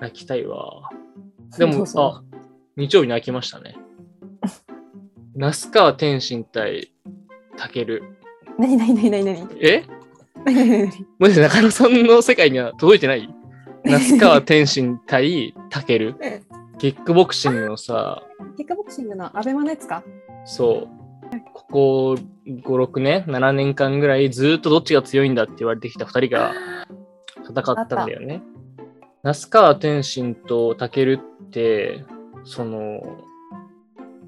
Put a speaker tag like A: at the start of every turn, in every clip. A: 泣きたいわ。で
B: そう
A: も、
B: そう
A: あ日曜日泣きま したね。那須川天心対たける。
B: 何何何何何
A: え
B: 何何 何
A: マジで中野さんの世界には届いて ない那須川天心対たける
B: え。
A: キックボクシングのさ、
B: キックボクシングのアベマのやつか
A: そう、ここ5、6年、7年間ぐらいずっとどっちが強いんだって言われてきた2人が戦ったんだよね。那須川天心とたけるって、その、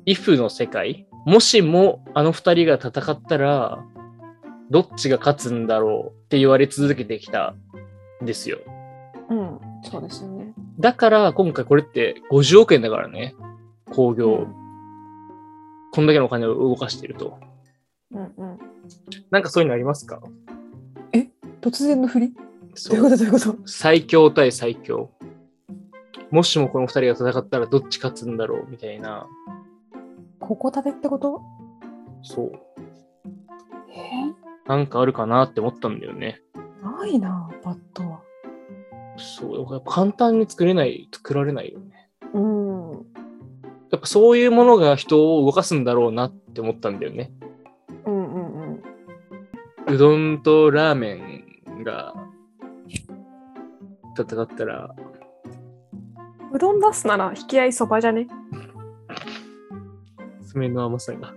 A: イフの世界、もしもあの2人が戦ったら、どっちが勝つんだろうって言われ続けてきたんですよ。
B: うん、そうですよね。
A: だから今回これって50億円だからね、興行、こんだけのお金を動かしてると。
B: うんうん。
A: なんかそういうのありますか
B: 突然の振りど
A: そう
B: いう
A: う
B: ことどういうこと
A: 最強対最強。もしもこの二人が戦ったらどっち勝つんだろうみたいな。
B: ここ立てってこと
A: そう。
B: え
A: なんかあるかなって思ったんだよね。
B: ないな、パッとは。
A: そう。やっぱ簡単に作れない、作られないよね。
B: うん。う
A: やっぱそういうものが人を動かすんだろうなって思ったんだよね。
B: んうんうん。
A: うどんとラーメンが戦ったら、
B: うどん出すなら引き合いそばじゃね
A: 爪の甘さ が。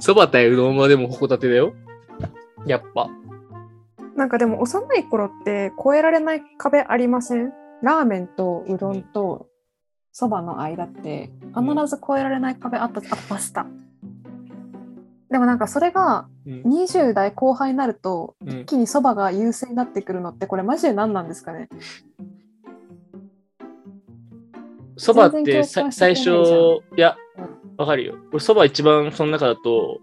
A: そば対うどんはでもホコタテだよ。やっぱ。
B: なんかでも幼い頃って越えられない壁ありませんラーメンとうどんとそばの間って必ず越えられない壁あった、あとパスタ。でもなんかそれが
A: うん。
B: 20代後半になると
A: うん
B: 一気にそばが優勢になってくるのってこれマジで何なんですかね
A: そばって
B: 全然共
A: さ
B: 感してくれ
A: 最
B: ない
A: 初
B: じゃん
A: いや
B: うん
A: わかるよ俺そば一番その中だと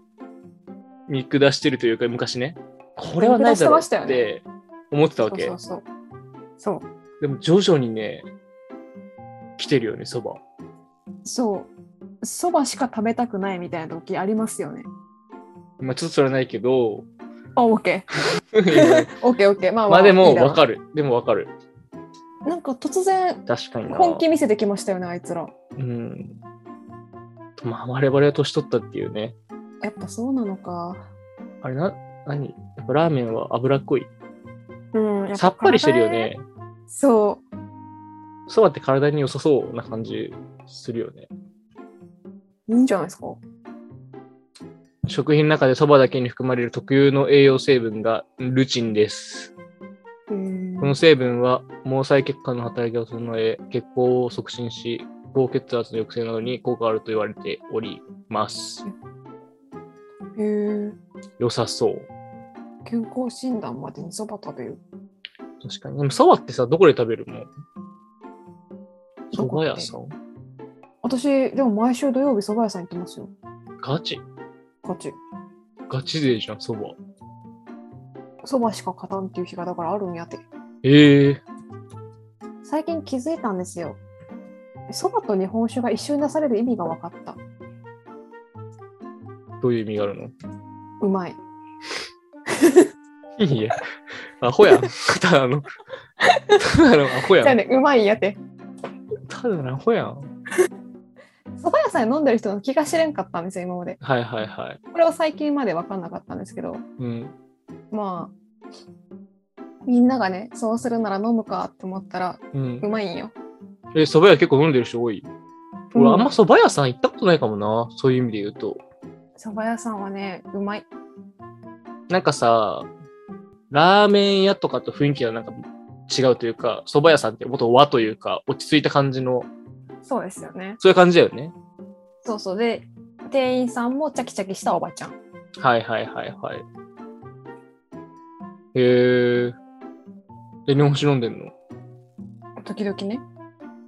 A: 見下してるというか昔ねこれはないだろうって思ってたわけ
B: そうそうそう。そう
A: でも徐々にね来てるよねそば
B: そう。そばしか食べたくないみたいな時ありますよね。
A: まあちょっとそれはないけど
B: あ、オッケー。 オッケーオッケー。ま あ、
A: まあでもわ
B: る。
A: かるでもわかる
B: なんか突然
A: 確かにな
B: 本気見せてきましたよね、あいつら。
A: うんまあ我々は年取ったっていうね
B: やっぱそうなのか。
A: あれな何やっぱラーメンは脂っこい
B: うん。
A: さっぱりしてるよ。ね
B: そ
A: そばって体に良さそうな感じするよね
B: う。いいんじゃないですか。
A: 食品の中でそばだけに含まれる特有の栄養成分がルチンです。
B: へー
A: この成分は毛細血管の働きを整え、血行を促進し、高血圧の抑制などに効果があると言われております。
B: へー
A: 良さそう。
B: 健康診断までにそば食べる。
A: 確かに。でも、そばってさ、どこで食べるのそ
B: どこ
A: ば
B: って
A: 屋さん
B: 私、でも毎週土曜日そば屋さん行ってますよ。
A: ガチ
B: ガチ。
A: ガチでじゃん、そば。
B: そばしか勝たんっていう日がだからあるんやて。
A: ええ
B: 最近気づいたんですよ。そばと日本酒が一緒に出される意味が分かった。
A: どういう意味があるの
B: うまい。
A: い いえ。アホやん。ただの、ただのアホや
B: じゃあ
A: ん。
B: ね、うまいんやて。
A: ただのアホやん。
B: そば屋さんで飲んでる人の気が知れんかったんですよ、今まで。
A: はいはいはい。
B: これは最近まで分かんなかったんですけど、
A: うん。
B: まあ、みんながね、そうするなら飲むかって思ったら、
A: うん
B: う。まいんよ。
A: え、蕎麦屋結構飲んでる人多い。
B: う
A: 俺、
B: ん
A: あんま蕎麦屋さん行ったことないかもな。そういう意味で言うと。
B: そば屋さんはね、うまい。
A: なんかさ、ラーメン屋とかと雰囲気がなんか違うというか、蕎麦屋さんってもっと和というか、落ち着いた感じの、
B: そうですよね。
A: そういう感じだよね。
B: そうそう。で、店員さんもチャキチャキしたおばちゃん。
A: はいはいはいはい。へえ。で、日本酒飲んでんの
B: 時々ね。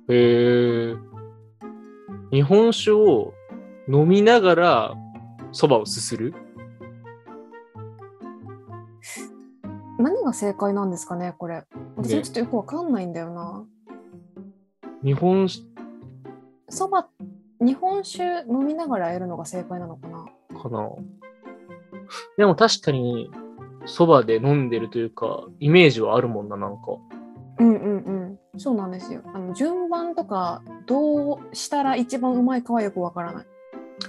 A: へえ。日本酒を飲みながら蕎麦をすする
B: 何が正解なんですかね、これ。私もちょっとよく分かんないんだよな。
A: 日本酒
B: そば、日本酒飲みながらやるのが正解なのかな。
A: かな。でも確かに、そばで飲んでるというか、イメージはあるもんな、なんか。
B: うんうんうん。そうなんですよ。あの順番とかどうしたら一番うまいかはよくわからない。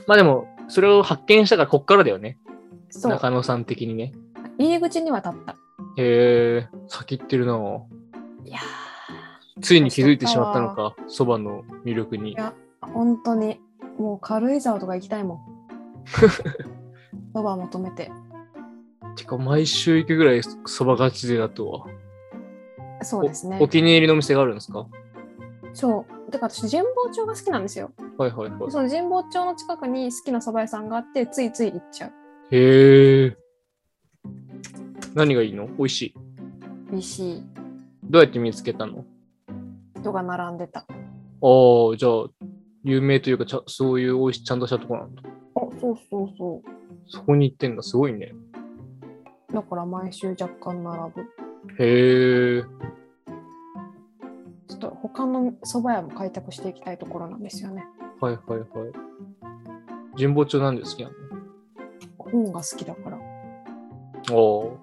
A: まあでも、それを発見したからこっからだよね。
B: そう。
A: 中野さん的にね。
B: 入り口には立った。
A: へえ、先行ってるなぁ
B: いや
A: ついに気づいてしまったのか、そばの魅力に。
B: ー、本当にもう軽井沢とか行きた いもん。そば求めて。
A: てか、毎週行くぐらいそばがちでだとは。
B: そうですね
A: お。気に入りのお店があるんですか
B: そう。てか私神保町が好きなんですよ。
A: はいはいはい。
B: その神保町の近くに好きなそば屋さんがあってついつい行っちゃう。
A: へえ。何がいいの美味しい。
B: 美味しい
A: どうやって見つけたの
B: 人が並んでた。
A: ああ、じゃあ、有名というか、ちゃそういう美味しい、ちゃんとしたとこなんだ。
B: あそうそうそ
A: そこに行ってんだ、すごいね。
B: う。だから毎週若干並ぶ。
A: へえ。
B: ちょっと他の蕎麦屋も開拓していきたいところなんですよね。
A: はいはいはい。神保町なんで好きな
B: 本が好きだから。
A: の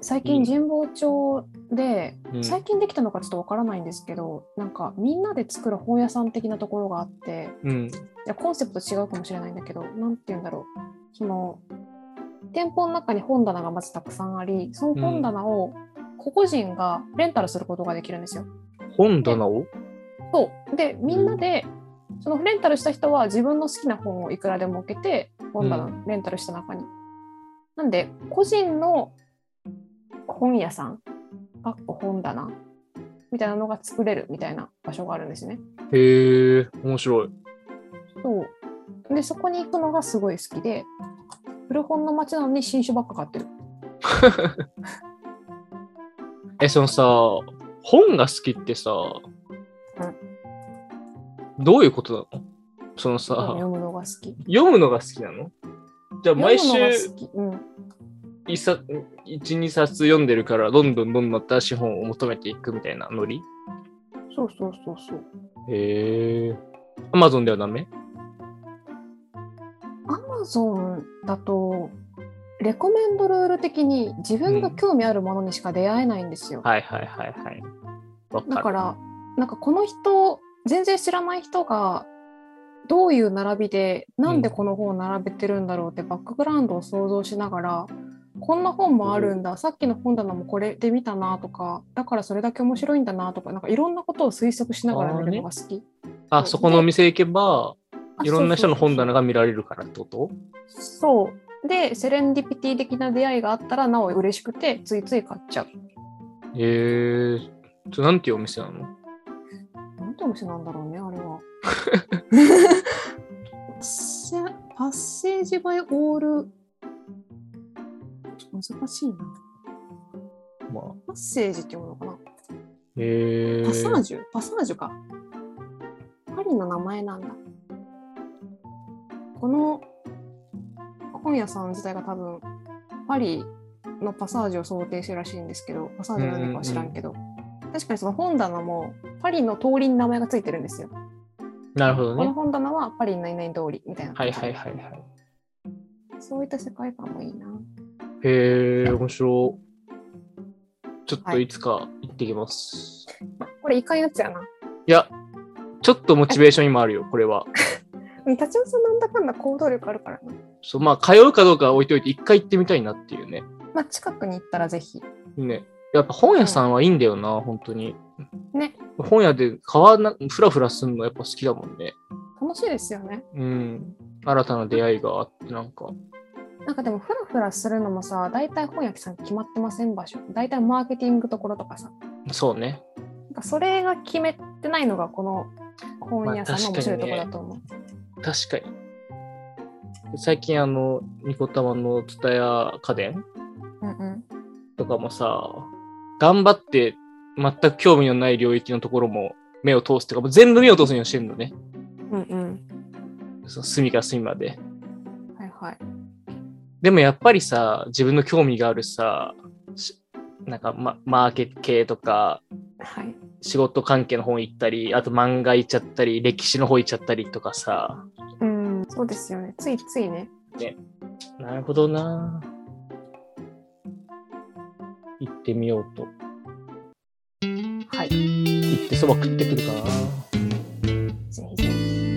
B: 最
A: い
B: 近
A: いね
B: 神保町で、
A: ああ、うん。
B: 最近できたのかちょっとわからないんですけど、なんかみんなで作る本屋さん的なところがあって、
A: うん。
B: いやコンセプト違うかもしれないんだけど、なんて言うんだろう。その店舗の中に本棚がまずたくさんあり、その本棚を個々人がレンタルすることができるんですよ。
A: 本棚を
B: そうでみんなで、そのレンタルした人は自分の好きな本をいくらでも置けて本棚
A: う
B: のレンタルした中に、なんで個人の本屋さんかっこ本棚みたいなのが作れるみたいな場所があるんですね
A: へえ、面白い。
B: そうでそこに行くのがすごい好きで古本の街なのに新種ばっか買ってる
A: え、そのさ、本が好きってさ、どういうことなのそのさ、
B: 読むのが好き
A: 読むのが好きなのじゃあ毎週
B: 読むのが好き、うん、
A: 一冊一二冊読んでるからどんどんどんどん新しい本を求めていくみたいなノリ
B: そうそうそうそう
A: へえ。アマゾンではダメ
B: アマゾンだとレコメンドルール的に自分が興味あるものにしか出会えないんですよ、
A: はいはいはいはい。わかる。
B: だからなんかこの人全然知らない人がどういう並びでなんでこの本を並べてるんだろうってバックグラウンドを想像しながら、こんな本もあるんださっきの本棚もこれで見たなとかだからそれだけ面白いんだなとかなんかいろんなことを推測しながら見るのが好き。
A: あ、そこのお店行けば、
B: あ
A: いろんな人の本棚
B: そう
A: が見られるからってこと
B: そうそうそうでセレンディピティ的な出会いがあったらなお嬉しくてついつい買っちゃう。
A: へえ。それなんていうお店なの
B: なんてお店なんだろうね、あれは。パッセパッセージバイオール。ちょっと難しいな。
A: まあ。
B: パッセージっていうものかな。
A: へえ
B: パ。サージュパサージュか。パリの名前なんだ。この本屋さん自体が多分、パリのパサージュを想定してるらしいんですけど、パサージュなのかは知らんけど、確かにその本棚もパリの通りに名前がついてるんですよ。
A: なるほど
B: この
A: ね。
B: 本棚はパリのいない通りみたいな。
A: はいはいはいはい。
B: そういった世界観もいいな。
A: へえ、面白い。ちょっ
B: は
A: と
B: い
A: いつか行ってきます。
B: これ一回やつやな。
A: いや、ちょっとモチベーション今あるよ、これは。
B: 立ちさんなんだかんだ行動力あるからな。
A: そう、まあ、通うかどうかは置いといて、一回行ってみたいなっていうね。
B: まあ近くに行ったらぜひ。
A: ね。やっぱ本屋さんはいいんだよな、本当に。
B: ね。
A: 本屋で川な、ふらふらすんのやっぱ好きだもんね。
B: 楽しいですよね。
A: うん。新たな出会いがあって、なんか。
B: なんかでもフラフラするのもさ、大体本屋さん決まってません場所。大体マーケティングところとかさ。
A: そうね。
B: なんかそれが決めてないのがこの本屋さんの面白いところだと思う。
A: 確かに。最近、あの、ニコタマのツタヤ家電
B: うんうん。
A: とかもさ、頑張って全く興味のない領域のところも目を通すとか、もう全部目を通すようにしてるのね。
B: うんうん。
A: その隅から隅まで。
B: はいはい。
A: でもやっぱりさ、自分の興味があるさ、しなんかママーケット系とか、
B: はい。
A: 仕事関係の本行ったり、あと漫画行っちゃったり、歴史の方行っちゃったりとかさ、
B: うん。そうですよね。ついついね。
A: なるほどな行ってみようと。
B: はい。
A: 行っそば食ってくるかな。
B: ぜひぜひ。